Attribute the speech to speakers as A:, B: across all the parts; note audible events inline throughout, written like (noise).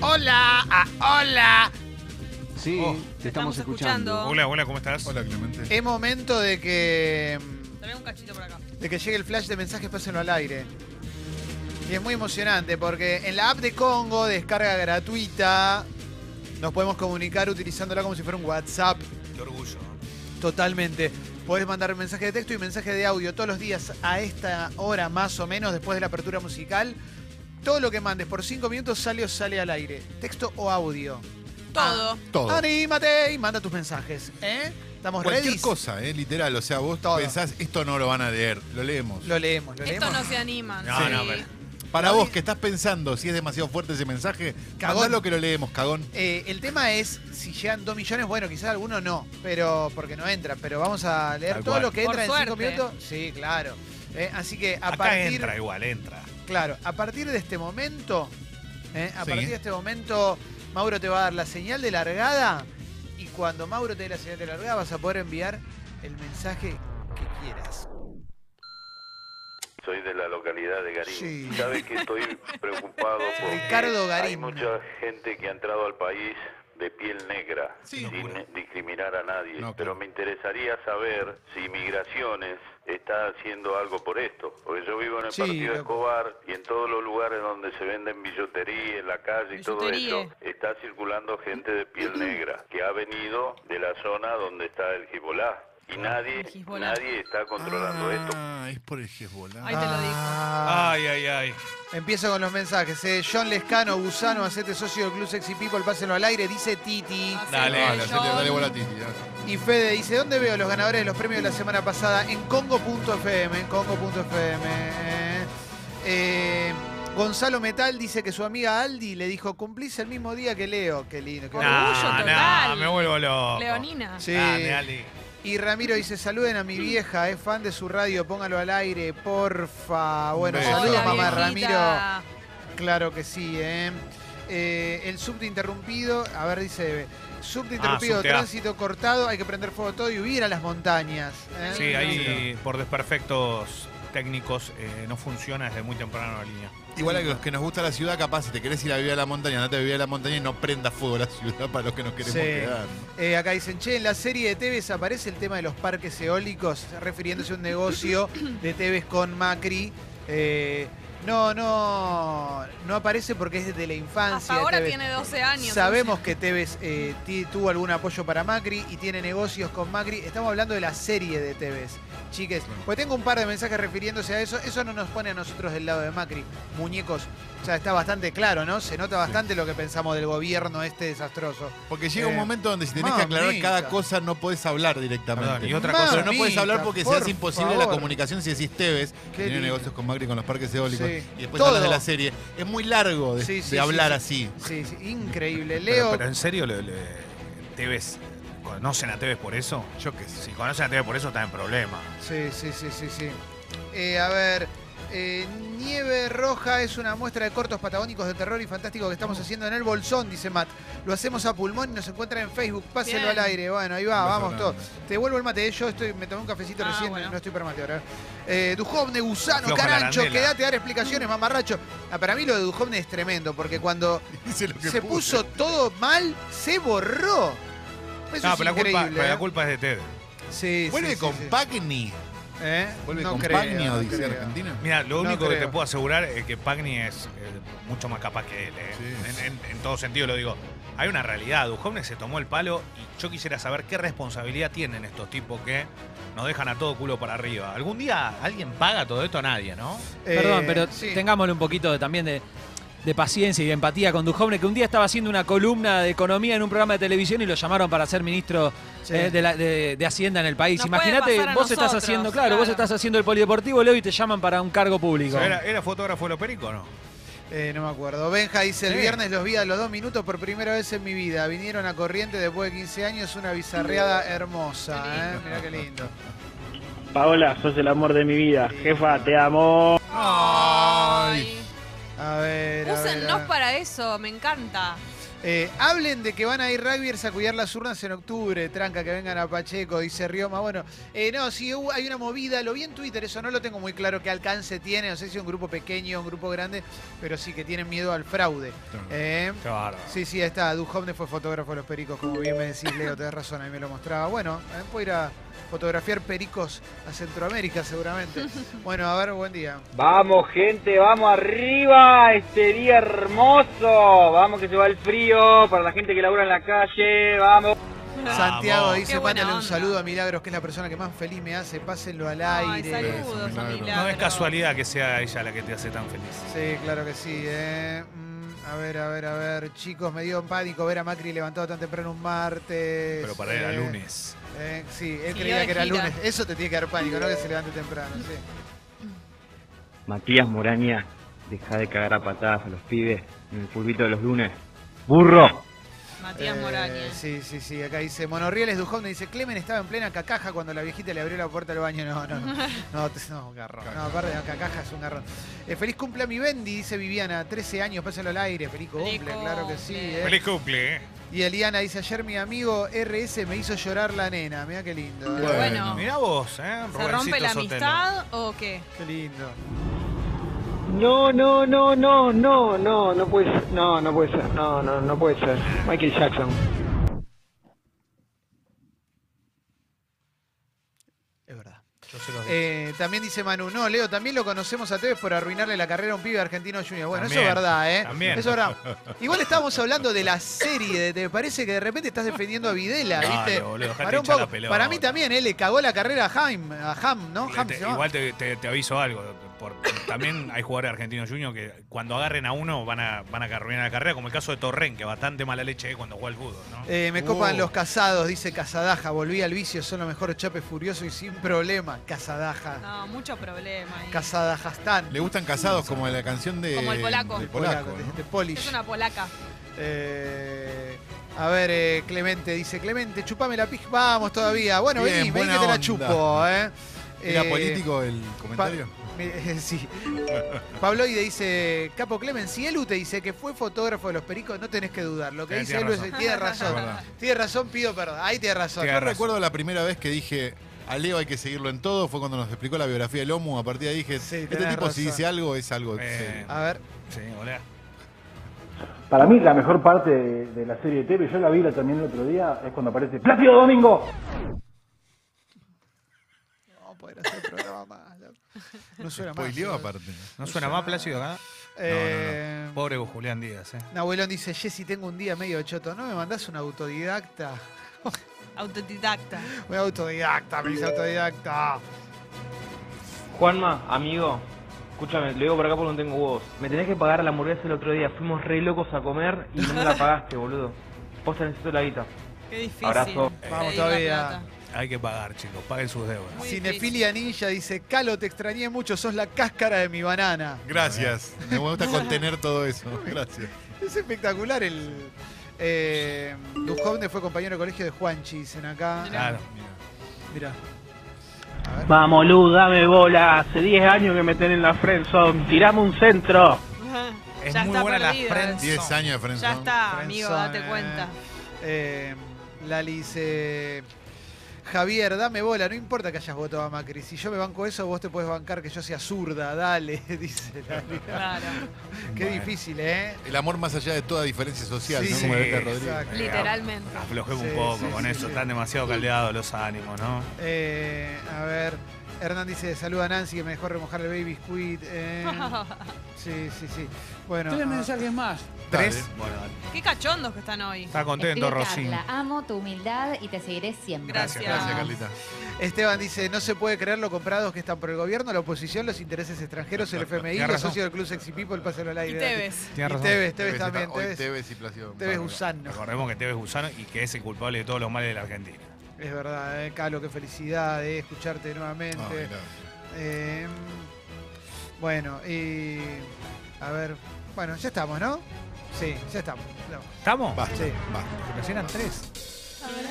A: hola, a hola.
B: Sí,
A: Oh.
B: te estamos,
C: estamos
B: escuchando.
C: escuchando.
D: Hola, hola, ¿cómo estás?
E: Hola, Clemente.
A: Es momento de que
C: Trae un cachito por acá.
A: de que llegue el flash de mensajes, pásenlo al aire. Y es muy emocionante porque en la app de Congo, descarga gratuita, nos podemos comunicar utilizándola como si fuera un WhatsApp.
E: Qué orgullo.
A: Totalmente. Podés mandar mensaje de texto y mensaje de audio todos los días a esta hora más o menos después de la apertura musical. Todo lo que mandes por 5 minutos sale o sale al aire. Texto o audio. Ah,
C: Todo.
E: Todo.
A: Anímate y manda tus mensajes. ¿eh? ¿Estamos
E: Cualquier
A: ready?
E: cosa, eh, literal. O sea, vos
A: Todo.
E: pensás, esto no lo van a leer, lo leemos.
A: Lo leemos, lo
C: Esto
A: leemos.
C: no se animan.
D: No, no, pero-
E: Para
A: Lo
E: vos
A: vi-
E: que estás pensando si es demasiado fuerte ese mensaje,
A: Cagón.
E: cagón lo que lo leemos, cagón.
A: Eh, el tema es si llegan 2 millones, bueno, quizás alguno no, pero porque no entran, pero vamos a leer
D: Tal
A: todo
D: cual.
A: lo que
C: Por
A: entra en 5
C: suerte.
A: minutos. Sí, claro. Eh, así que a
D: Acá
A: partir
D: entra igual, entra.
A: Claro, a partir de este momento, ¿eh? a
E: Sí.
A: partir de este momento, Mauro te va a dar la señal de largada y cuando Mauro te dé la señal de largada vas a poder enviar el mensaje que quieras.
F: Soy de la localidad de Garín.
A: Sí.
F: Sabes que estoy preocupado porque
A: Ricardo Garín.
F: hay mucha gente que ha entrado al país de piel negra,
E: Sí.
F: sin
E: Locura.
F: discriminar a nadie.
E: No, claro.
F: Pero me interesaría saber si Migraciones está haciendo algo por esto. Porque yo vivo en el
A: Sí,
F: partido
A: loco.
F: Escobar y en todos los lugares donde se venden billutería, en la calle y todo
C: Billutería.
F: eso, está circulando gente de piel negra que ha venido de la zona donde está el Gibolá. Y nadie,
C: Ah. El Hezbolá.
F: nadie está controlando esto.
E: Ah, es por el Hezbollah.
C: Ahí te lo digo.
A: Ah,
D: Ay, ay, ay.
A: Empiezo con los mensajes. eh. John Lescano, Gusano, hacete socio del Club Sexy People, pásenlo al aire, dice Titi.
D: Dale,
C: Hacete
E: Ah, la
C: el
E: serie,
C: show.
E: dale bola a Titi, ya.
A: Y Fede dice, ¿dónde veo los ganadores de los premios de la semana pasada? En Congo.fm, en Congo.fm. eh. Eh, Gonzalo Metal dice que su amiga Aldi le dijo, cumplís el mismo día que Leo. Qué lindo. Qué
C: Orgullo
D: No,
C: total.
D: no, me vuelvo loco.
C: Leonina.
A: Sí.
D: Dale, dale.
A: Y Ramiro dice, saluden a mi vieja, es fan de su radio, póngalo al aire, porfa. Bueno,
E: Hola,
A: saludos mamá Ramiro.
C: viejita.
A: Claro que sí, ¿eh? Eh, el subte interrumpido, a ver, dice, subte interrumpido,
D: Ah, subte A.
A: tránsito cortado, hay que prender fuego todo y huir a las montañas. ¿eh?
D: Sí, ahí por desperfectos técnicos eh, no funciona desde muy temprano la línea.
E: Igual a los que nos gusta la ciudad, capaz, si te querés ir a vivir a la montaña, andate a vivir a la montaña y no prenda fuego la ciudad (laughs) para los que nos queremos
A: Sí.
E: quedar.
A: Eh, acá dicen, che, en la serie de Tevez aparece el tema de los parques eólicos, refiriéndose a un negocio de Tevez con Macri. Eh, no, no, no aparece porque es de la infancia.
C: Hasta
A: de
C: ahora
A: Tevez.
C: tiene 12 años.
A: este Sabemos que Tevez eh, ti- tuvo algún apoyo para Macri y tiene negocios con Macri. Estamos hablando de la serie de Tevez, chiques. Pues tengo un par de mensajes refiriéndose a eso. Eso no nos pone a nosotros del lado de Macri, muñecos. O sea, está bastante claro, ¿no? Se nota bastante lo que pensamos del gobierno este desastroso.
E: Porque llega
A: Eh,
E: un momento donde si tenés que aclarar
A: mamita.
E: cada cosa, no podés hablar directamente.
D: Perdón, y otra
A: Mamita,
E: Pero no podés hablar porque se
A: por
E: hace imposible la
A: favor.
E: comunicación si decís Tevez, que
A: Qué
E: tiene
A: lindo.
E: negocios con Macri con los parques eólicos,
A: Sí.
E: y después
A: Todo.
E: hablas de la serie. Es muy largo de,
A: Sí,
E: de
A: sí,
E: hablar así.
A: Sí, sí,
E: (laughs)
A: increíble. Leo.
D: Pero, pero en serio, le, le- Tevez, ¿conocen a Tevez por eso?
E: Yo (laughs) qué
D: Si conocen a Tevez por eso, está en problema.
A: Sí, sí, sí, sí, sí. Eh, a ver. eh, Nieve Roja es una muestra de cortos patagónicos de terror y fantástico que estamos haciendo en el Bolsón, dice Matt. Lo hacemos a pulmón y nos encuentran en Facebook. Pásenlo
C: Bien.
A: al aire. Bueno, ahí va,
E: Un beso
A: vamos
E: grande.
A: todos. Te devuelvo el mate. eh. Yo estoy, me tomé un cafecito
C: Ah,
A: recién,
C: bueno.
A: no estoy para mate ahora. Eh, Dujovne, Gusano,
D: Flojo la
A: Carancho,
D: arandela.
A: quédate a dar explicaciones, mamarracho. Ah, para mí lo de Dujovne es tremendo, porque cuando
D: (laughs)
E: Hice lo que
A: se
E: pude.
A: puso todo mal, se borró. Eso
D: no,
A: es
D: pero la, culpa,
A: increíble.
D: pero la
A: ¿eh?
D: culpa es de Tevez.
A: Sí,
E: Vuelve
A: sí, sí,
E: con
A: sí.
E: Pagni.
A: ¿Eh?
E: Vuelve
A: No
E: con
A: creo,
E: Pagni a
A: no
E: Odisea
A: creo.
E: Argentina.
D: Mira, lo
A: No
D: único que te
A: creo.
D: puedo asegurar es que Pagni es eh, mucho más capaz que él. eh.
E: Sí.
D: En, en- en todo sentido lo digo. Hay una realidad. Duhovne se tomó el palo y yo quisiera saber qué responsabilidad tienen estos tipos que nos dejan a todo culo para arriba. ¿Algún día alguien paga todo esto? Nadie, ¿no?
A: Eh,
G: Perdón, pero
A: sí.
G: tengámosle un poquito de- también de, de paciencia y de empatía con Duhovne, que un día estaba haciendo una columna de economía en un programa de televisión y lo llamaron para ser ministro
A: Sí.
G: eh, de, la- de- de Hacienda en el país.
C: Nos puede
G: Imagínate,
C: pasar a
G: vos estás
C: nosotros,
G: haciendo, claro, vos
C: claro.
G: estás haciendo el polideportivo, Leo, y te llaman para un cargo público.
D: ¿Era, era fotógrafo de los pericos o no?
A: Eh, no me acuerdo. Benja dice, el
D: Sí.
A: viernes los vi a los dos minutos por primera vez en mi vida. Vinieron a Corriente después de 15 años, una bizarreada hermosa. ¿eh? Mirá qué
E: (laughs)
A: lindo.
H: Paola, sos el amor de mi vida.
A: Sí.
H: Jefa, te amo.
C: Ay.
A: A ver, a ver, a
C: Úsennos
A: ver.
C: para eso, me encanta.
A: Eh, hablen de que van a ir rugbyers a cuidar las urnas en octubre, tranca, que vengan a Pacheco, dice Rioma. Bueno, eh, no, sí, hubo- hay una movida, lo vi en Twitter, eso no lo tengo muy claro qué alcance tiene, no sé si un grupo pequeño, un grupo grande, pero sí que tienen miedo al fraude. Eh,
D: Qué bárbaro.
A: Sí, sí, ahí está. Duhovne fue fotógrafo de los pericos, como bien me decís, Leo, tenés razón, ahí me lo mostraba. Bueno, eh, puedo ir a fotografiar pericos a Centroamérica seguramente. Bueno, a ver, buen día.
B: Vamos gente, vamos arriba, este día hermoso, vamos que se va el frío, para la gente que labura en la calle, vamos.
A: Santiago
D: Vamos.
A: dice,
C: Qué buena
A: mándale un
C: onda.
A: saludo a Milagros, que es la persona que más feliz me hace, pásenlo al
C: Ay,
A: aire.
C: saludos,
E: Milagro.
C: familia.
D: No es casualidad que sea ella la que te hace tan feliz.
A: Sí, claro que sí. eh. Mm, A ver, a ver, a ver, chicos, me dio pánico ver a Macri levantado tan temprano un martes.
D: Pero para él
A: eh,
D: era lunes.
A: eh, sí, él
C: Siguió
A: creía
C: de
A: que era
C: gira.
A: lunes. Eso te tiene que dar pánico, ¿no? Que se levante temprano, sí.
I: Matías Moraña, deja de cagar a patadas a los pibes en el pulvito de los lunes. ¡Burro!
C: Matías
A: Eh,
C: Moraña.
A: Sí, sí, sí. Acá dice Monorrieles Dujovne. Dice Clemen estaba en plena cacaja cuando la viejita le abrió la puerta al baño. No, no,
C: (laughs)
A: no. No, te- no, un garrón. No, aparte, no, cacaja es un garrón. Eh, feliz cumple a mi Bendy, dice Viviana. 13 años, pásenlo al aire. Feliz cumple,
C: Feliz
A: claro que sí.
C: cumple.
A: eh.
D: Feliz cumple, ¿eh?
A: Y Eliana dice: Ayer mi amigo RS me hizo llorar la nena. Mira qué lindo. eh.
C: Bueno.
D: Mirá vos, ¿eh?
C: ¿Se rompe la amistad o qué?
A: Qué lindo.
B: No, no, no, no, no, no, no puede ser, no, no puede ser, no, no, no puede ser. Michael Jackson.
A: Es verdad.
D: Yo se los dije.
A: Eh, también dice Manu, no, Leo, también lo conocemos a Tevez por arruinarle la carrera a un pibe argentino junior. Bueno, eso es
D: También,
A: verdad, ¿eh?
D: también.
A: Eso es verdad. Igual estábamos hablando de la serie, de- te parece que de repente estás defendiendo a Videla,
D: Claro,
A: ¿viste?
D: boludo, dejate
A: Pará un
D: hinchar la
A: poco.
D: pelota.
A: Para mí también, ¿eh? Le cagó la carrera a Ham, a Ham, ¿no? Ham
D: Te-
A: se llama.
D: igual te, te- te aviso algo. por- también hay jugadores argentinos junior que cuando agarren a uno van a, van a arruinar la carrera, como el caso de Torren, que bastante mala leche es cuando juega al fútbol, ¿no?
A: Eh, me
D: Uh.
A: copan los casados, dice Casadaja. Volví al vicio, son los mejores chapes furioso y sin problema. Casadaja.
C: No, mucho problema ahí.
A: Casadajastán.
E: Le gustan casados como la canción de.
C: Como el polaco.
E: del
A: De
E: polaco,
A: polaco, este,
E: ¿no?
A: de- de Polish.
C: Es una polaca.
A: Eh, a ver, eh, Clemente dice, Clemente, chupame la pija. Vamos todavía. Bueno,
E: Bien,
A: vení, vení
E: buena
A: que te la
E: onda.
A: chupo, ¿eh?
E: ¿Era
A: Eh,
E: político el
A: (laughs)
E: comentario?
A: eh, sí. Pabloide dice, Capo Clemen, si Elu te dice que fue fotógrafo de los pericos, no tenés que dudar. Lo que
D: Sí,
A: dice
D: tiene
A: Elu
D: razón.
A: es, (laughs) tiene razón.
E: Es verdad.
A: tiene razón, pido perdón. Ahí tiene razón.
D: Tiene
E: Yo recuerdo la primera vez que dije a Leo hay que seguirlo en todo, fue cuando nos explicó la biografía del OMU. A partir de ahí dije,
A: Sí,
E: este
A: tenés
E: tipo si
A: razón.
E: dice algo es algo.
D: Eh,
A: A ver,
D: Sí, hola.
J: Para mí la mejor parte de, Eh, de la serie de TV, yo la vi la- también el otro día, es cuando aparece Plácido Domingo.
A: no vamos a poder hacer programa más. No suena
E: sí.
A: más.
E: Spoileó
A: ¿no?
E: aparte.
D: ¿No suena más plácido ah? acá?
A: Eh,
D: Pobre Julián Díaz, ¿eh?
A: Nahuelón dice, Jessy, tengo un día medio choto. ¿No me mandás un autodidacta? (laughs)
C: Autodidacta.
A: Un autodidacta, me dice autodidacta.
B: Juanma, amigo, escúchame, le digo por acá porque no tengo huevos. Me tenés que pagar la hamburguesa el otro día, fuimos re locos a comer y no me la pagaste, boludo. Posta necesito la guita.
C: Qué difícil.
B: Abrazo.
C: pedir
A: Vamos
C: la
A: todavía.
C: plata.
D: Hay que pagar, chicos. Paguen sus deudas.
C: Muy
A: Cinefilia Ninja dice, Calo, te extrañé mucho, sos la cáscara de mi banana.
E: Gracias. (laughs) Me gusta contener todo eso. Gracias.
A: Es espectacular el... Eh, Duhovne fue compañero de colegio de Juanchi, dicen acá. Ah,
D: Claro.
A: Mirá.
C: Ah,
H: Vamos, Lu, dame bola. Hace 10 años que me tenés en la friendzone. Tirame un centro.
D: Es
C: Ya
D: muy
C: está
D: buena la
C: perdida.
D: friendzone.
E: 10 años de Friendzone.
C: Ya está, amigo,
A: Friendzone,
C: date cuenta.
A: Eh, Lali dice... Javier, dame bola, no importa que hayas votado a Macri. Si yo me banco eso, vos te puedes bancar que yo sea zurda, dale, (laughs) dice Lali. (laughs)
C: Claro.
A: Qué
D: Bueno.
A: difícil, ¿eh?
E: El amor más allá de toda diferencia social,
A: Sí,
E: ¿no? Como
D: sí,
E: decía Rodríguez.
A: exacto.
C: Literalmente. (laughs)
D: Aflojemos
A: Sí,
D: un poco
A: sí,
D: con
A: sí,
D: eso.
A: sí.
D: Están demasiado caldeados los ánimos, ¿no?
A: Eh, a ver, Hernán dice, saluda a Nancy que me dejó remojar el baby squid. eh.
C: (laughs)
A: sí, sí, sí. Bueno, ah,
G: mensajes más.
E: Dale.
D: Tres. Bueno, dale.
C: Qué cachondos que están hoy.
D: está contento, Rocín.
K: amo tu humildad y te seguiré siempre.
C: Gracias.
E: Gracias, Carlita.
A: Esteban dice, no se puede creer lo comprados que están por el gobierno, la oposición, los intereses extranjeros, el FMI,
D: Tiene
A: los
D: razón.
A: socios del Club Sexy People, pásalo al
C: Y
A: aire.
C: te ves.
A: Y
D: Tienes razón.
A: Tevez, Tevez
E: Tevez está-
A: también,
E: Hoy
A: Tevez,
E: Tevez y Plácido.
A: Tevez
E: Bárbaro.
A: Gusano.
D: Recordemos que Tevez Gusano y que es el culpable de todos los males de la Argentina.
A: Es verdad, eh, Calo, qué felicidad eh, escucharte
E: Ah,
A: nuevamente.
E: mirá.
A: Eh, bueno, y... A ver, bueno, ya estamos, ¿no? Sí, ya estamos. No.
D: ¿Estamos?
E: Basta,
A: Sí.
E: basta.
D: Pero si eran tres.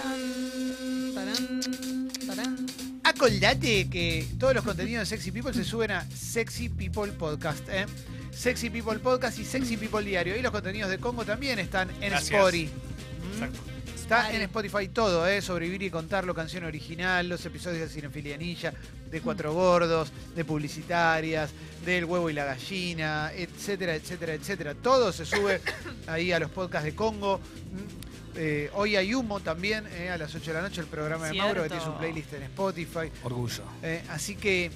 C: Tarán, tarán, tarán.
A: Acordate que todos los contenidos de Sexy People se suben a Sexy People Podcast. ¿eh? Sexy People Podcast y Sexy People Diario. Y los contenidos de Congo también están en
D: Gracias.
A: Spotify. Mm.
D: Exacto.
A: Está en Spotify todo, ¿eh? Sobrevivir y contarlo, canción original, los episodios de Cinefilia Ninja, de Cuatro Gordos, de Publicitarias, del Huevo y la Gallina, etcétera, etcétera, etcétera. Todo se
D: (coughs)
A: sube ahí a los podcasts de Congo. Mm. Eh, hoy hay humo también, ¿eh? a las 8 de la noche, el programa de Mauro, que
C: Cierto.
A: tiene un playlist en Spotify.
D: Orgullo.
A: Eh, así que.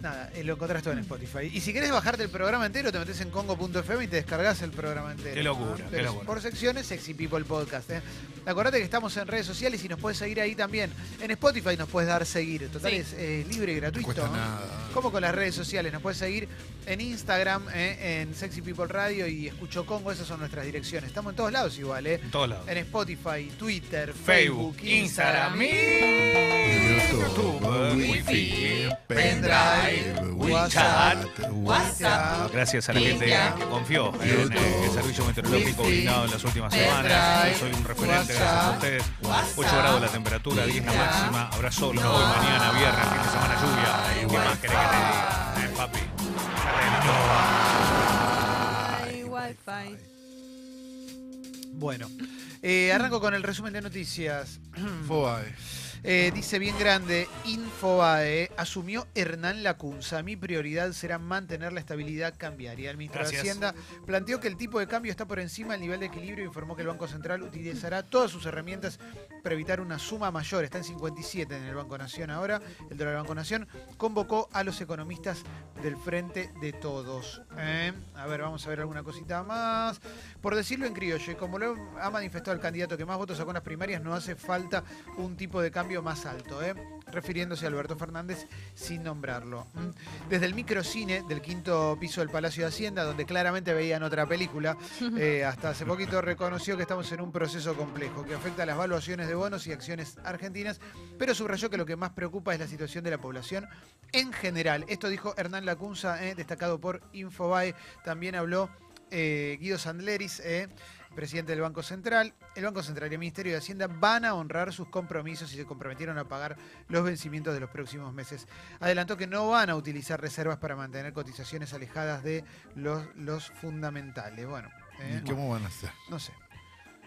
A: Nada, eh, lo encontrás todo en Spotify. Y si querés bajarte el programa entero, te metes en congo.fm y te descargas el programa entero.
D: Qué locura,
A: Ah,
D: qué
A: pero
D: locura.
A: Por secciones, Sexy People Podcast. eh. Acordate que estamos en redes sociales y nos puedes seguir ahí también. En Spotify nos puedes dar seguir. Total,
C: Sí.
A: es eh, libre y gratuito.
E: cuesta
A: ¿no?
E: nada.
A: Como con las redes sociales, nos puedes seguir en Instagram, eh, en Sexy People Radio y Escucho Congo. Esas son nuestras direcciones. Estamos en todos lados igual, ¿eh?
D: En todos lados.
A: En Spotify, Twitter,
D: Facebook,
A: Facebook,
D: Instagram,
E: YouTube, Wi-Fi,
A: Pendrive,
D: WhatsApp,
C: WhatsApp.
D: Gracias a la gente que confió en el servicio meteorológico brindado en las últimas semanas. Yo soy un referente gracias a ustedes. 8 grados la temperatura, 10 la máxima. Habrá sol hoy, mañana, viernes, fin de semana, lluvia. ¿Qué más querés que te diga? Eh, papi.
C: Ay, Wi-Fi.
A: Bueno, eh, arranco con el resumen de noticias.
E: Fobae.
A: Eh, dice bien grande, Infobae asumió Hernán Lacunza. Mi prioridad será mantener la estabilidad cambiaria. El ministro
D: Gracias.
A: de Hacienda planteó que el tipo de cambio está por encima del nivel de equilibrio y informó que el Banco Central utilizará todas sus herramientas para evitar una suma mayor. Está en 57 en el Banco Nación ahora. El dólar del Banco Nación convocó a los economistas del Frente de Todos. ¿eh? A ver, vamos a ver alguna cosita más. Por decirlo en criollo, y como lo ha manifestado el candidato que más votos sacó en las primarias, no hace falta un tipo de cambio más alto, ¿eh? refiriéndose a Alberto Fernández sin nombrarlo. Mm. Desde el microcine del quinto piso del Palacio de Hacienda, donde claramente veían otra película, eh, hasta hace poquito reconoció que estamos en un proceso complejo que afecta a las valuaciones de bonos y acciones argentinas, pero subrayó que lo que más preocupa es la situación de la población en general. Esto dijo Hernán Lacunza, eh, destacado por Infobae. También habló eh, Guido Sandleris, eh, presidente del Banco Central. El Banco Central y el Ministerio de Hacienda van a honrar sus compromisos y se comprometieron a pagar los vencimientos de los próximos meses. Adelantó que no van a utilizar reservas para mantener cotizaciones alejadas de los, los fundamentales. Bueno, eh,
E: ¿Y cómo van a hacer?
A: no sé.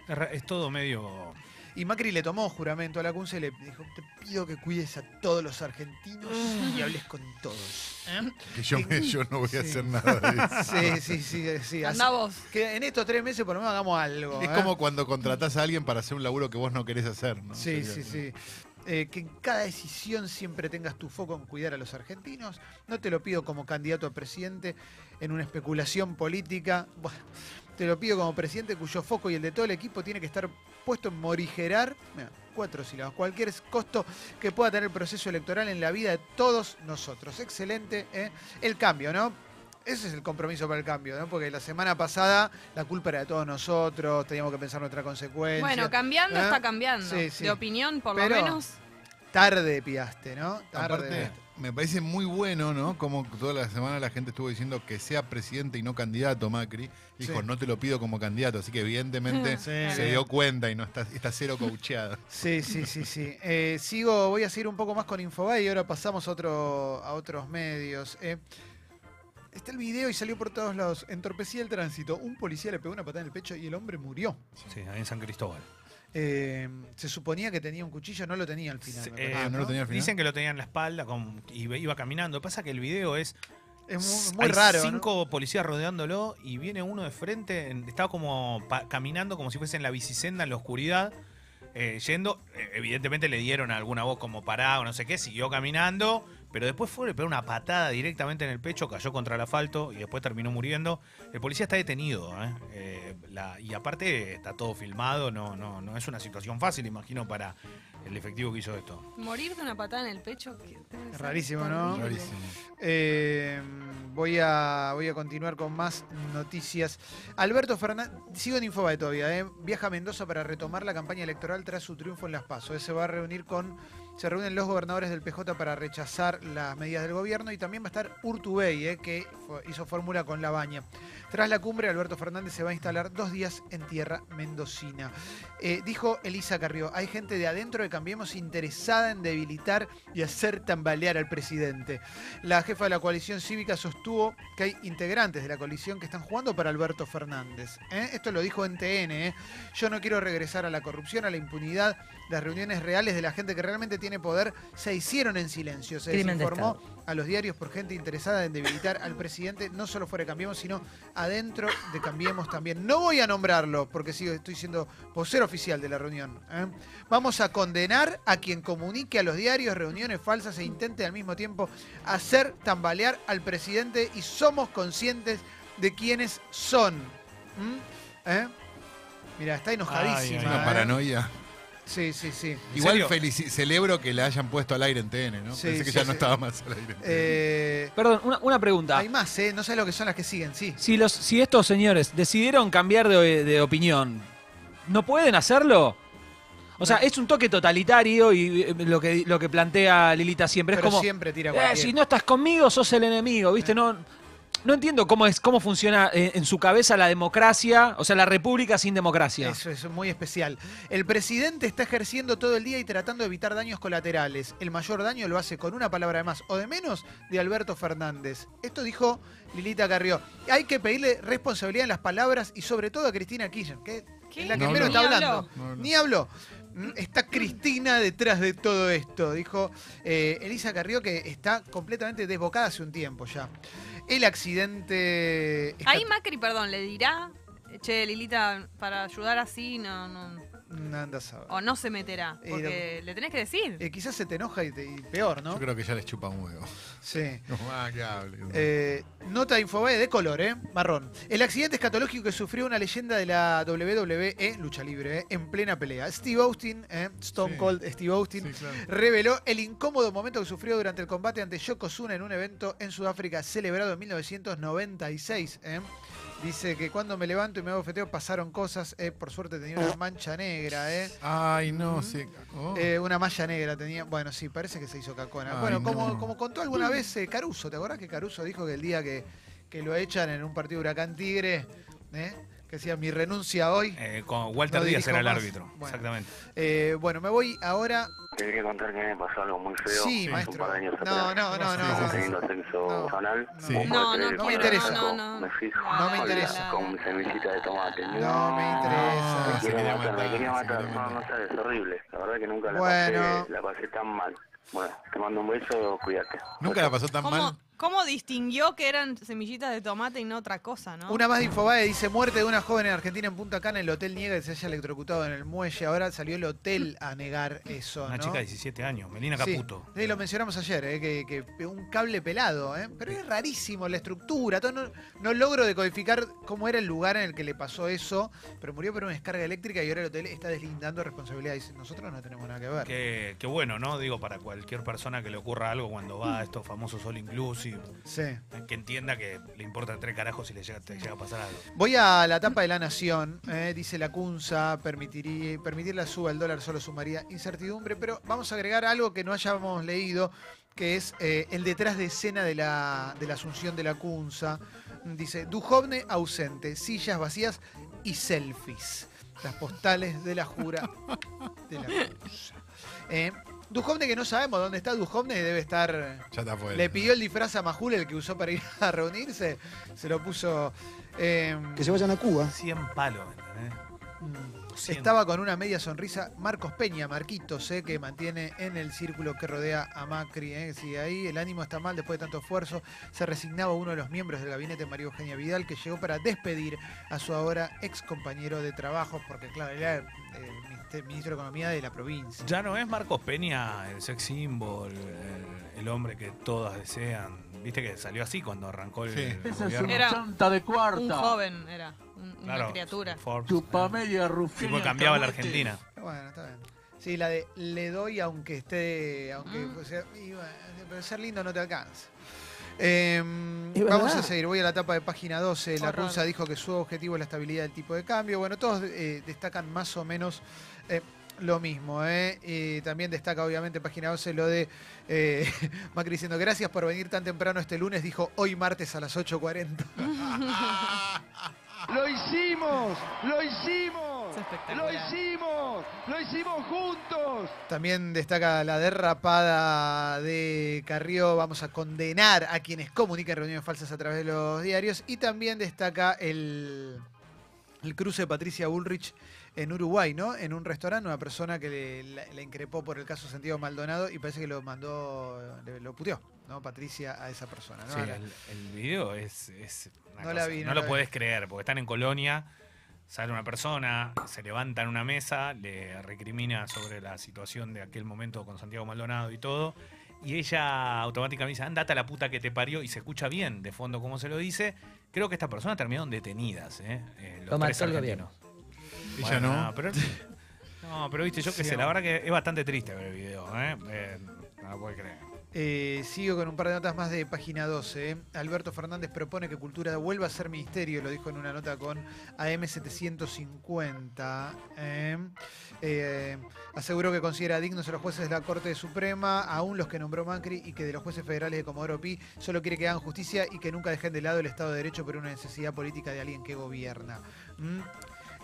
D: Es ra- Es todo medio.
A: Y Macri le tomó juramento a la Kunze y le dijo, te pido que cuides a todos los argentinos y hables con todos. ¿Eh?
E: Que yo, me- yo no voy a
A: Sí.
E: hacer nada de eso.
A: (laughs) Sí, sí, sí, sí. así-
C: Andá vos.
A: que en estos tres meses por lo menos hagamos algo.
E: Es
A: ¿eh?
E: como cuando contratás a alguien para hacer un laburo que vos no querés hacer, ¿no?
A: Sí,
E: Sería
A: sí,
E: como-
A: sí. Eh, que en cada decisión siempre tengas tu foco en cuidar a los argentinos. No te lo pido como candidato a presidente en una especulación política. Bueno, te lo pido como presidente cuyo foco y el de todo el equipo tiene que estar puesto en morigerar. mirá, cuatro sílabas. Cualquier costo que pueda tener el proceso electoral en la vida de todos nosotros. Excelente. ¿eh? El cambio, ¿no? Ese es el compromiso para el cambio, ¿no? Porque la semana pasada la culpa era de todos nosotros, teníamos que pensar nuestra consecuencia.
C: Bueno, cambiando
A: ¿eh?
C: está cambiando.
A: Sí, sí.
C: De opinión, por
A: Pero-
C: lo menos.
A: Tarde piaste, ¿no? Tarde.
E: Aparte, me parece muy bueno, ¿no? Como toda la semana la gente estuvo diciendo que sea presidente y no candidato Macri. Dijo,
A: Sí.
E: no te lo pido como candidato. Así que evidentemente
A: (laughs) Sí.
E: se dio cuenta y no está, está cero
A: (laughs)
E: coacheado.
A: Sí, sí, sí, sí. Eh, sigo, voy a seguir un poco más con Infobae y ahora pasamos a, otro, a otros medios. eh. Está el video y salió por todos lados. Entorpecía el tránsito. Un policía le pegó una patada en el pecho y el hombre murió.
D: Sí, ahí en San Cristóbal.
A: Eh, se suponía que tenía un cuchillo, no lo tenía al final.
D: Sí,
A: me
D: eh,
A: parece,
E: Ah, no lo tenía. al final?
D: Dicen que lo tenía en la espalda con- y ve- iba caminando. Pasa que el video es.
A: Es muy, muy
D: hay
A: raro. ¿no?
D: Cinco policías rodeándolo y viene uno de frente. en- Estaba como pa- caminando como si fuese en la bicisenda en la oscuridad. eh, yendo, Eh, evidentemente le dieron alguna voz como parado, no sé qué, siguió caminando, pero después fue, le pegó una patada directamente en el pecho, cayó contra el asfalto y después terminó muriendo. El policía está detenido, ¿eh? Eh, la- y aparte está todo filmado, no, no, no es una situación fácil, imagino, para el efectivo que hizo esto.
C: Morir de una patada en el pecho. que debe ser
A: Rarísimo, ¿no?
C: terrible.
E: Rarísimo.
A: Eh, voy, a, voy a continuar con más noticias. Alberto Fernández, sigo en Infobae todavía, eh. viaja a Mendoza para retomar la campaña electoral tras su triunfo en Las Pasos. Se va a reunir con Se reúnen los gobernadores del PJ para rechazar las medidas del gobierno y también va a estar Urtubey, eh, que fue- hizo fórmula con La Baña. Tras la cumbre, Alberto Fernández se va a instalar dos días en tierra mendocina. Eh, dijo Elisa Carrió, hay gente de adentro de Cambiemos interesada en debilitar y hacer tambalear al presidente. La jefa de la coalición cívica sostuvo que hay integrantes de la coalición que están jugando para Alberto Fernández. ¿eh? Esto lo dijo en TN. ¿eh? Yo no quiero regresar a la corrupción, a la impunidad. Las reuniones reales de la gente que realmente tiene poder se hicieron en silencio. Se
L: Crimen de
A: desinformó a los diarios por gente interesada en debilitar al presidente, no solo fuera de Cambiemos, sino adentro de Cambiemos también. No voy a nombrarlo porque sigo, estoy siendo vocero oficial de la reunión. ¿eh? Vamos a condenar a quien comunique a los diarios reuniones falsas e intente al mismo tiempo hacer tambalear al presidente y somos conscientes de quiénes son. ¿Mm? ¿Eh? Mira, está enojadísima.
E: Una
A: ¿eh?
E: paranoia.
A: Sí, sí, sí.
E: Igual
A: Eh,
E: felici- celebro que la hayan puesto al aire en TN, ¿no?
A: Sí,
E: Pensé que
A: sí,
E: ya
A: sí. Eh,
E: no estaba más al aire. en TN.
G: Perdón, una, una pregunta.
A: Hay más, ¿eh? No sé lo que son las que siguen, sí.
G: Si, los, si estos señores decidieron cambiar de, de opinión, ¿no pueden hacerlo? O sea, es un toque totalitario y eh, lo que, lo que plantea Lilita siempre.
A: Pero
G: es como,
A: siempre tira
G: "Eh,
A: cualquiera".
G: si no estás conmigo, sos el enemigo, ¿viste? No, no entiendo cómo, es, cómo funciona eh, en su cabeza la democracia, o sea, la república sin democracia.
A: Eso es muy especial. El presidente está ejerciendo todo el día y tratando de evitar daños colaterales. El mayor daño lo hace con una palabra de más o de menos de Alberto Fernández. Esto dijo Lilita Carrió. Hay que pedirle responsabilidad en las palabras y sobre todo a Cristina Kirchner, que es la que
E: No
A: menos
E: habló.
A: está
E: Ni
A: hablando.
E: habló. No, no.
A: Ni habló. Mm, Está Cristina detrás de todo esto, dijo eh, Elisa Carrió, que está completamente desbocada hace un tiempo ya. El accidente... está-
C: Ahí Macri, perdón, le dirá, che, Lilita, para ayudar así, no, no,
A: No, anda a saber.
C: o no se meterá,
A: Eh,
C: porque le tenés que decir.
A: Eh, quizás se te enoja y, te- y peor, ¿no?
E: Yo creo que ya les chupa un huevo. (laughs)
A: Sí.
E: No, ah, que hable.
A: Eh, nota de Infobae de color, ¿eh? Marrón. El accidente escatológico que sufrió una leyenda de la WWE, lucha libre, ¿eh? en plena pelea. Steve Austin, ¿eh? Stone
E: Sí.
A: Cold Steve Austin,
E: Sí, claro.
A: reveló el incómodo momento que sufrió durante el combate ante Yokozuna en un evento en Sudáfrica celebrado en 1996. ¿eh? Dice que cuando me levanto y me bofeteo pasaron cosas. ¿eh? Por suerte tenía una mancha negra, ¿eh?
E: Ay, no, sí. Oh.
A: Eh, una malla negra tenía. Bueno, sí, parece que se hizo cacona.
E: Ay,
A: bueno, como,
E: no.
A: como contó alguna vez eh, Caruso, ¿te acordás que Caruso dijo que el día que, que lo echan en un partido de Huracán Tigre, ¿eh? que decía mi renuncia hoy?
D: Eh, con Walter
A: No
D: Díaz
A: dirijo
D: era el
A: más.
D: árbitro.
A: Bueno.
D: Exactamente.
A: Eh, bueno, me voy ahora.
M: Te quería contar que me pasó algo muy feo.
A: Sí,
M: hace
A: maestro.
M: Un par de años
A: No,
M: atrás.
A: no, no, no,
M: Estamos
A: no.
M: teniendo sexo anal.
A: Sí.
M: Vos
A: No,
M: podés creer
A: no quiero.
M: que
A: No me interesa.
M: arranco,
A: No, no.
M: Me fijo
A: No me
M: con-
A: interesa.
M: Con mi semillita de tomate.
A: No me interesa.
E: Ah,
M: Me
A: Se
M: quería
A: quería
M: matar, me
A: matar,
M: quería
A: se
M: matar.
A: quería
M: No, no sabes, horrible. La verdad que nunca la,
A: Bueno.
M: pasé, la pasé tan mal. Bueno, te mando un beso, cuídate.
E: Nunca la pasó tan mal.
C: ¿Cómo, cómo distinguió que eran semillitas de tomate y no otra cosa, no?
A: Una más de Infobae dice muerte de una joven en Argentina en Punta Cana. El hotel niega que se haya electrocutado en el muelle. Ahora salió el hotel a negar eso.
D: Una
A: ¿no?
D: chica de 17 años, Melina
A: Sí.
D: Caputo.
A: Sí, lo mencionamos ayer, eh, que, que pe- un cable pelado, eh, pero es rarísimo la estructura. todo, no, no logro decodificar cómo era el lugar en el que le pasó eso, pero murió por una descarga eléctrica y ahora el hotel está deslindando responsabilidades. Nosotros no tenemos nada que ver.
D: Que, que bueno, ¿no? Digo, para cualquier persona que le ocurra algo cuando va a estos famosos All Inclusive,
A: Sí.
D: que entienda que le importa tres carajos si le llega, te llega a pasar algo.
A: Voy a la tapa de la nación, eh, dice la Cunza, permitiría, permitir la suba del dólar solo sumaría incertidumbre, pero vamos a agregar algo que no hayamos leído, que es eh, el detrás de escena de la, de la asunción de la Cunza. Dice, Dujovne ausente, sillas vacías y selfies. Las postales de la jura de la Cunza. Eh, Dujovne que no sabemos dónde está, Dujovne debe estar...
E: Ya está fuera.
A: Le pidió el disfraz a Majul, el que usó para ir a reunirse. Se lo puso. eh,
D: vayan a Cuba. 100 palos, ¿entendés?
A: mm, Estaba con una media sonrisa Marcos Peña, Marquitos, eh, que mantiene en el círculo que rodea a Macri. Eh, sigue ahí, el ánimo está mal después de tanto esfuerzo. Se resignaba uno de los miembros del gabinete, María Eugenia Vidal, que llegó para despedir a su ahora ex compañero de trabajo, porque, claro, era eh, ministe- ministro de Economía de la provincia.
D: Ya no es Marcos Peña el sex symbol, el, el hombre que todas desean. Viste que salió así cuando arrancó el.
N: Esa es
D: gobierno?
N: una chanta de cuarta.
C: Un joven era, un- una
D: Claro,
C: criatura.
D: Forbes.
N: Chupamedia
D: Sí,
N: Rufina.
D: porque cambiaba la Argentina.
A: Bueno, está bien. Sí, la de le doy aunque esté. aunque o sea, y bueno, pero ser lindo no te alcanza. Em,
L: Es
A: vamos
L: verdad.
A: a seguir, voy a la etapa de página 12. La
L: Horror.
A: Cunza dijo que su objetivo es la estabilidad del tipo de cambio. Bueno, todos eh, destacan más o menos. eh, lo mismo. ¿eh? Y también destaca, obviamente, página 11 lo de eh, (laughs) Macri diciendo gracias por venir tan temprano este lunes. Dijo hoy martes a las 8.40.
L: ¡Lo hicimos! ¡Lo hicimos! ¡Lo hicimos! ¡Lo hicimos juntos!
A: También destaca la derrapada de Carrió, vamos a condenar a quienes comunican reuniones falsas a través de los diarios. Y también destaca el, el cruce de Patricia Bullrich en Uruguay, ¿no? En un restaurante, una persona que le, la, la increpó por el caso Santiago Maldonado y parece que lo mandó, le- lo puteó, ¿no? Patricia a esa persona, ¿no?
D: Sí,
A: A la-
D: el, el video es. es una
A: No la
D: cosa,
A: vi, no
D: no lo
A: la vi.
D: puedes creer, porque están en Colonia, sale una persona, se levanta en una mesa, le recrimina sobre la situación de aquel momento con Santiago Maldonado y todo. Y ella automáticamente dice, andate a la puta que te parió, y se escucha bien de fondo cómo se lo dice. Creo que estas personas terminaron detenidas, ¿eh? Eh, los
G: Lo mató
D: tres
G: el
D: argentinos.
E: Ella
D: Bueno,
E: no. (laughs)
D: pero, no, pero viste, yo qué
A: Sí,
D: sé, la
A: no.
D: verdad que es bastante triste ver el video, ¿eh? Eh, no lo puedes creer.
A: Eh, sigo con un par de notas más de página 12. ¿eh? Alberto Fernández propone que Cultura vuelva a ser ministerio, lo dijo en una nota con AM750. ¿eh? Eh, aseguró que considera dignos a los jueces de la Corte Suprema, aún los que nombró Macri, y que de los jueces federales de Comodoro Pi solo quiere que hagan justicia y que nunca dejen de lado el Estado de Derecho por una necesidad política de alguien que gobierna. ¿Mm?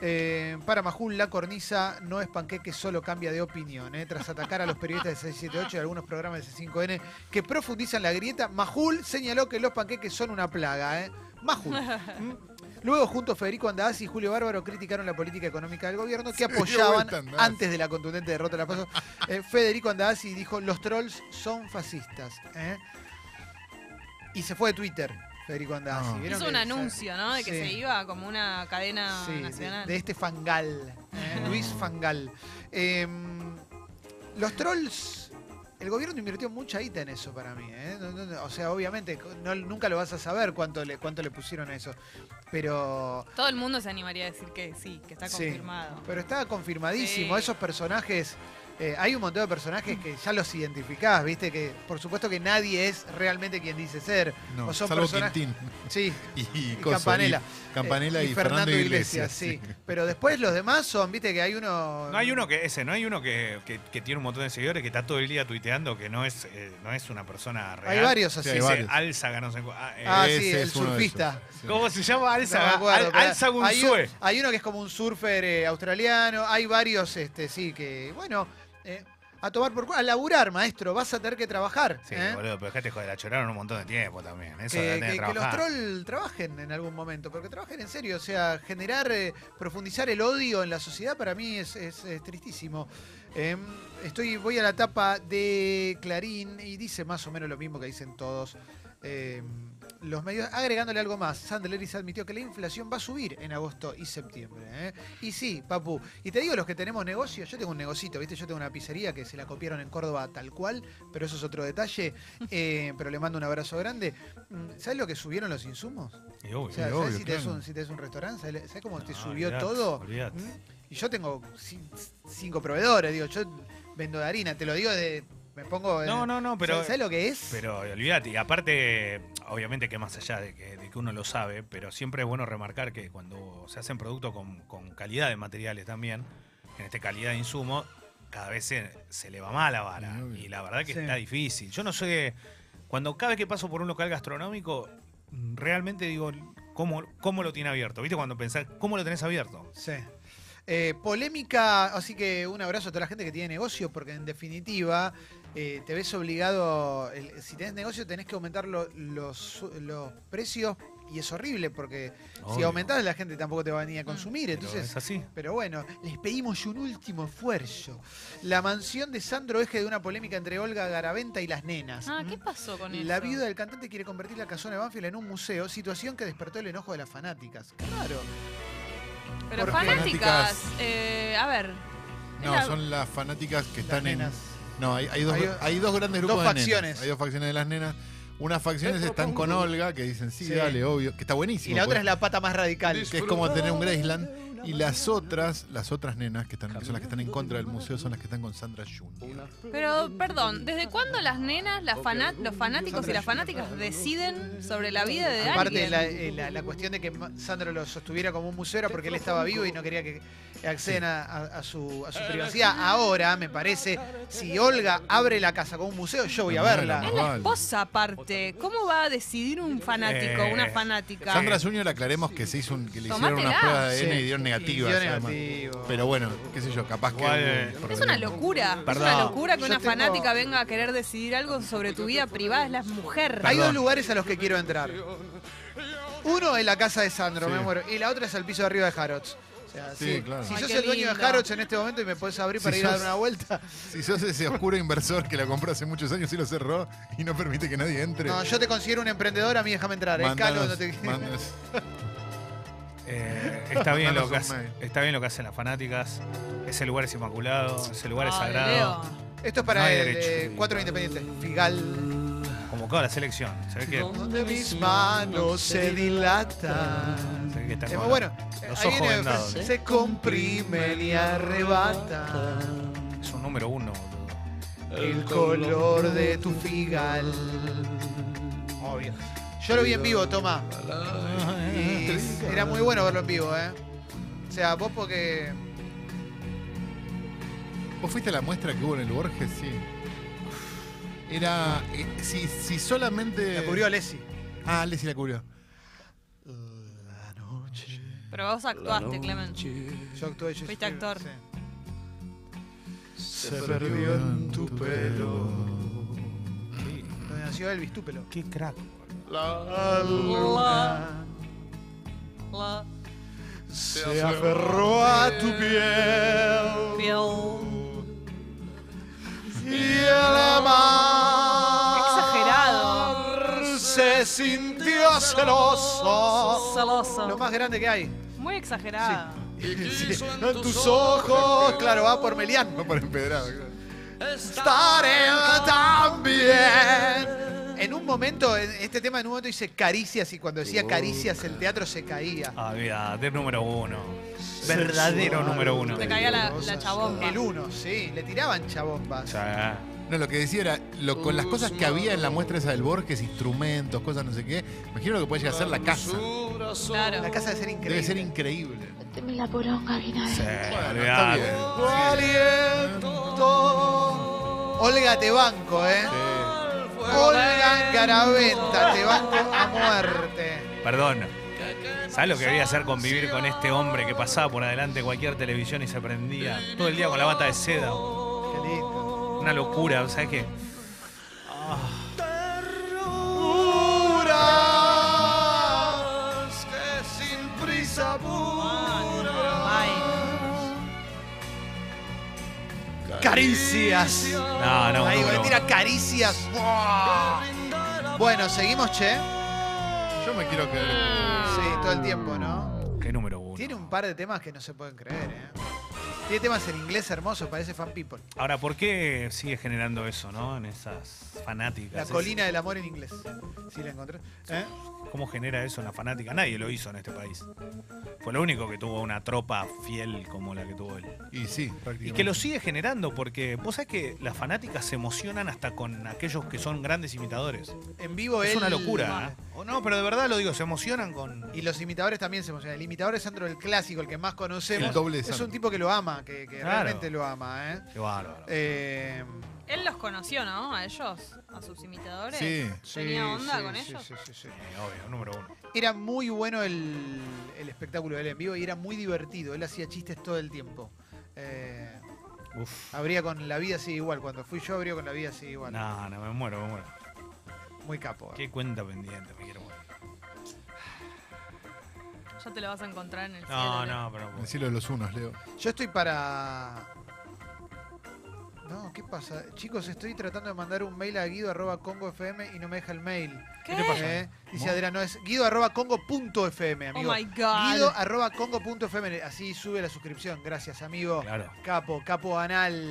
A: Eh, para Majul, la cornisa no es panqueque, solo cambia de opinión. ¿eh? Tras atacar a los periodistas de 678 y algunos programas de C5N que profundizan la grieta, Majul señaló que los panqueques son una plaga. ¿eh?
C: (laughs)
A: Majul. ¿Mm? Luego, junto Federico Andaz y Julio Bárbaro criticaron la política económica del gobierno que
E: Se dio
A: apoyaban
E: vuelta Andaaz.
A: antes de la contundente derrota de la PASO. Eh, Federico Andaz y dijo, los trolls son fascistas. ¿eh? Y se fue de Twitter, Federico Andaz.
E: No.
C: Hizo un anuncio, ¿no? De que se iba como una cadena
A: Sí, de-
C: nacional.
A: De, este Fangal,
D: Ah.
A: ¿eh? Luis Fangal. Eh, los trolls, el gobierno invirtió mucha guita en eso para mí. ¿eh? No, no, no, o sea, obviamente, no- nunca lo vas a saber cuánto le, cuánto le pusieron a eso. Pero
C: Todo el mundo se animaría a decir que sí, que está
A: Sí.
C: confirmado.
A: Pero está confirmadísimo.
C: Sí.
A: Esos personajes. eh, hay un montón de personajes que ya los identificás, ¿viste? Que por supuesto que nadie es realmente quien dice ser.
E: No,
A: o son
E: salvo
A: personas-
E: Quintín
A: Sí,
E: y,
A: y
E: coso,
A: Campanella.
E: y- Campanella
A: Eh,
E: y, Fernando, Iglesias.
A: sí. Pero después los demás son, ¿viste? Que hay uno.
D: No hay uno que ese, no hay uno que, que- que tiene un montón de seguidores que está todo el día tuiteando que no es, eh, no es una persona real.
A: Hay varios así.
D: Dice,
A: Sí, hay varios.
D: Álzaga, no sé cu- ah, eh,
A: Ah, sí,
E: Ese
A: el
E: es uno de
A: surfista.
D: ¿Cómo se llama
A: No me
D: Álzaga?
A: acuerdo,
D: Al-
A: pero
D: Álzaga
A: hay, un-
D: Unzue.
A: hay uno que es como un surfer eh, australiano. Hay varios, este, sí, que. Bueno, eh, a tomar por cu- A laburar, maestro. Vas a tener que trabajar.
D: Sí,
A: ¿eh?
D: boludo, pero dejate joder, la choraron un montón de tiempo también. Eso la
A: que,
D: tenés
A: que- que los
D: trabajar.
A: trolls trabajen en algún momento, pero que trabajen en serio. O sea, generar, eh, profundizar el odio en la sociedad para mí es, es- es tristísimo. Em, estoy, voy a la tapa de Clarín y dice más o menos lo mismo que dicen todos. em, los medios, agregándole algo más, Sandleris admitió que la inflación va a subir en agosto y septiembre. ¿eh? Y sí, papu, y te digo, los que tenemos negocios, yo tengo un negocito, ¿viste? Yo tengo una pizzería que se la copiaron en Córdoba tal cual, pero eso es otro
D: (laughs)
A: detalle. eh, pero le mando un abrazo grande. Mm, ¿Sabes lo que subieron los insumos?
D: Y obvio.
A: O sea,
E: Sí,
A: ¿sabes
E: obvio,
A: si, te es
E: claro.
A: un, si te es un restaurante? ¿Sabes sabes cómo te
D: No,
A: subió
D: olvidate,
A: todo?
D: olvidate.
A: ¿Mm? Y yo tengo ci- cinco proveedores, digo, yo vendo de harina, te lo digo de. Me pongo. en-
D: No, no, no, pero-
A: ¿Sabes sabes lo que es?
D: Pero olvídate, y aparte, obviamente que más allá de que, de que uno lo sabe, pero siempre es bueno remarcar que cuando se hacen productos con, con calidad de materiales también, en este calidad de insumo, cada vez se, se le va más la vara.
E: Sí, obvio.
D: Y la verdad que
A: Sí.
D: está difícil. Yo no sé, cuando cada vez que paso por un local gastronómico, realmente digo, ¿cómo, cómo lo tiene abierto? ¿Viste cuando pensás, cómo lo tenés abierto?
A: Sí. Eh, polémica, así que un abrazo a toda la gente que tiene negocio, porque en definitiva eh, te ves obligado, el- si tenés negocio tenés que aumentar lo- los, su- los precios y es horrible porque si
D: Obvio. Mm,
A: aumentás la gente tampoco te va ni a consumir,
D: Pero
A: entonces...
D: es así.
A: Pero bueno, les pedimos un último esfuerzo. La mansión de Sandro Eje de una polémica entre Olga Garaventa y las nenas.
C: Ah,
A: ¿Mm?
C: ¿qué pasó con eso?
A: La viuda del cantante quiere convertir la casona de Banfield en un museo, situación que despertó el enojo de las fanáticas. Claro.
C: Pero
A: porque-
C: fanáticas,
E: Fanáticas.
C: eh, a ver.
E: No,
C: Era-
E: son las fanáticas que
A: Las
E: están en.
A: nenas.
E: No, hay, hay dos,
A: Hay-
E: hay dos grandes
A: dos
E: grupos de
A: facciones.
E: nenas. Hay dos facciones de las nenas. Unas facciones están con Olga, que dicen, sí,
A: Sí.
E: dale, obvio, que está buenísimo.
A: Y la otra es
E: pues,
A: la pata más radical.
E: Que es como tener un Graceland. Y las otras, las otras nenas, que están, son las que están en contra del museo, son las que están con Sandra Junior.
C: Pero, perdón, ¿desde cuándo las nenas, las fana- los fanáticos y las fanáticas deciden sobre la vida de
A: Aparte,
C: alguien?
A: la, eh, la- la cuestión de que Ma- Sandro lo sostuviera como un museo era porque él estaba vivo y no quería que acceden a, a- a su, a su privacidad. Ahora, me parece, si Olga abre la casa con un museo, yo voy a verla.
C: Es la esposa aparte. ¿Cómo va a decidir un fanático,
E: Eh,
C: una fanática?
E: Sandra Zuño le aclaremos que se hizo un- que le hicieron
C: Tomátela.
E: una prueba de ADN
A: Sí.
E: y dieron negativas.
A: Y dio
E: además. Pero bueno, qué sé yo, capaz que.
D: Igual, eh,
E: por
C: Es
E: ahí.
C: una locura.
E: Perdón.
C: Es una locura que
A: Yo
C: una
A: tengo-
C: fanática venga a querer decidir algo sobre tu vida privada. Es la mujer.
A: Hay dos lugares a los que quiero entrar. Uno es la casa de Sandro, me muero. Y la otra es el piso de arriba de Harrods. O sea,
E: Sí,
A: si,
E: claro.
A: si
E: Ay, Ah,
A: sos
E: qué
A: el dueño de
E: lindo.
A: Harrods en este momento y me podés abrir
E: Si
A: para ir a dar
E: sos-
A: una vuelta.
E: Si sos ese oscuro inversor que la compró hace muchos años y lo cerró y no permite que nadie entre.
A: No, yo te considero un emprendedor, a mí déjame entrar. El calo no
E: Mándanos-
A: te...
E: mándanos-
D: Eh, está, bien lo que
E: Mandanos un
D: hace- está bien lo que hacen las fanáticas. Ese lugar es inmaculado, ese lugar es
A: Ay,
D: sagrado.
A: (laughs) Esto es
D: No
A: para
D: hay
A: el
D: derecho.
A: eh, cuatro independientes. Figal.
D: Convocado a la selección. Se ve que,
A: Donde mis manos se dilatan.
D: se ve que está
A: Eh,
D: con
A: bueno,
D: los
A: ahí
D: ojos
A: viene,
D: vendados.
A: se comprimen y arrebatan.
D: Es un número uno. boludo.
A: El color de tu figal. Obvio. Yo lo vi en vivo, toma. Y era muy bueno verlo en vivo, ¿eh? O sea, vos porque.
E: ¿Vos fuiste a la muestra que hubo en el Borges? Sí. Era. eh, si, si solamente. La
A: cubrió Alessi.
E: Ah, Alessi la cubrió.
C: Pero vos actuaste, Clement.
A: Yo actué, yo
C: Fuiste actor.
A: Se perdió en tu pelo. Donde nació Elvis, tu pelo.
D: Qué crack.
A: La luna
C: La
A: se aferró a tu piel. Y el
C: Exagerado.
A: Se sintió celoso.
C: Celoso.
A: Lo más grande que hay.
C: Muy exagerado.
A: Sí. En tus ojos, claro, va por Melián.
E: Va por empedrado.
A: Estaré también. En un momento, en este tema en un momento dice caricias y cuando decía caricias el teatro se caía.
D: Había Ah, de número uno. Verdadero número uno.
C: Te caía la, la chabomba.
A: El uno, sí, le tiraban chabombas.
D: Ya.
E: No, lo que decía era, lo- con las cosas que había en la muestra esa del Borges, instrumentos, cosas no sé qué, imagino lo que puede llegar a ser la casa.
C: Claro.
A: La casa de ser increíble.
E: Debe ser increíble.
K: La poronga,
E: Bueno, está bien.
A: Olga, te banco, ¿eh? Olga Garaventa, te banco a muerte.
D: Perdón. ¿Sabes lo que debía hacer convivir con este hombre que pasaba por adelante de cualquier televisión y se prendía todo el día con la bata de seda?
A: Qué lindo.
D: Una locura, ¿sabes qué?
L: Puras que sin prisa puras.
A: Caricias.
D: No, no,
A: Ahí,
D: no, no.
A: tira caricias. ¡Buah! Bueno, seguimos, che.
E: Yo me quiero quedar.
A: Sí, todo el tiempo, ¿no?
D: ¿Qué número uno?
A: Tiene un par de temas que no se pueden creer, ¿eh? Tiene temas en inglés hermosos, parece fan people.
D: Ahora, ¿por qué sigue generando eso, no? En esas fanáticas.
A: La
D: Es-
A: colina del amor en inglés. Si la encontré. ¿Eh?
D: ¿Cómo genera eso en la fanática? Nadie lo hizo en este país. Fue lo único que tuvo una tropa fiel como la que tuvo él.
E: Y sí, prácticamente.
D: Y que lo sigue generando, porque vos sabés que las fanáticas se emocionan hasta con aquellos que son grandes imitadores.
A: En vivo
D: Es
A: él-
D: una locura. ¿eh? O no, pero de verdad lo digo, se emocionan con.
A: Y los imitadores también se emocionan. El imitador es Sandro, el clásico, el que más conocemos.
E: El doble de
A: es
E: Sandro.
A: un tipo que lo ama, que, que
D: Claro.
A: realmente lo ama, ¿eh?
D: Qué bárbaro.
A: Eh,
C: Él los conoció, ¿no? A ellos, a sus imitadores.
E: Sí.
C: ¿Tenía
A: sí,
C: onda
A: sí,
C: con
A: sí,
C: ellos?
A: sí, sí, sí.
D: Eh, obvio, número uno.
A: Era muy bueno el, el espectáculo de él en vivo y era muy divertido. Él hacía chistes todo el tiempo. Eh,
D: Uf.
A: abría con la vida así igual. Cuando fui yo, abrió con la vida así igual.
D: No, no, me muero, me muero.
A: Muy capo. ¿eh?
D: Qué cuenta pendiente, me quiero morir.
C: Ya te lo vas a encontrar en el cielo.
D: No,
C: Leo.
D: no, pero.
E: El cielo de los unos, Leo.
A: Yo estoy para. No, ¿qué pasa? Chicos, estoy tratando de mandar un mail a guido.congo.fm y no me deja el mail.
C: ¿Qué? ¿Qué te pasa?
A: Eh, Dice Adrián, no es guido.congo.fm, amigo.
C: Oh my God.
A: Guido arroba congo punto fm. Así sube la suscripción. Gracias, amigo.
D: Claro.
A: Capo, capo anal.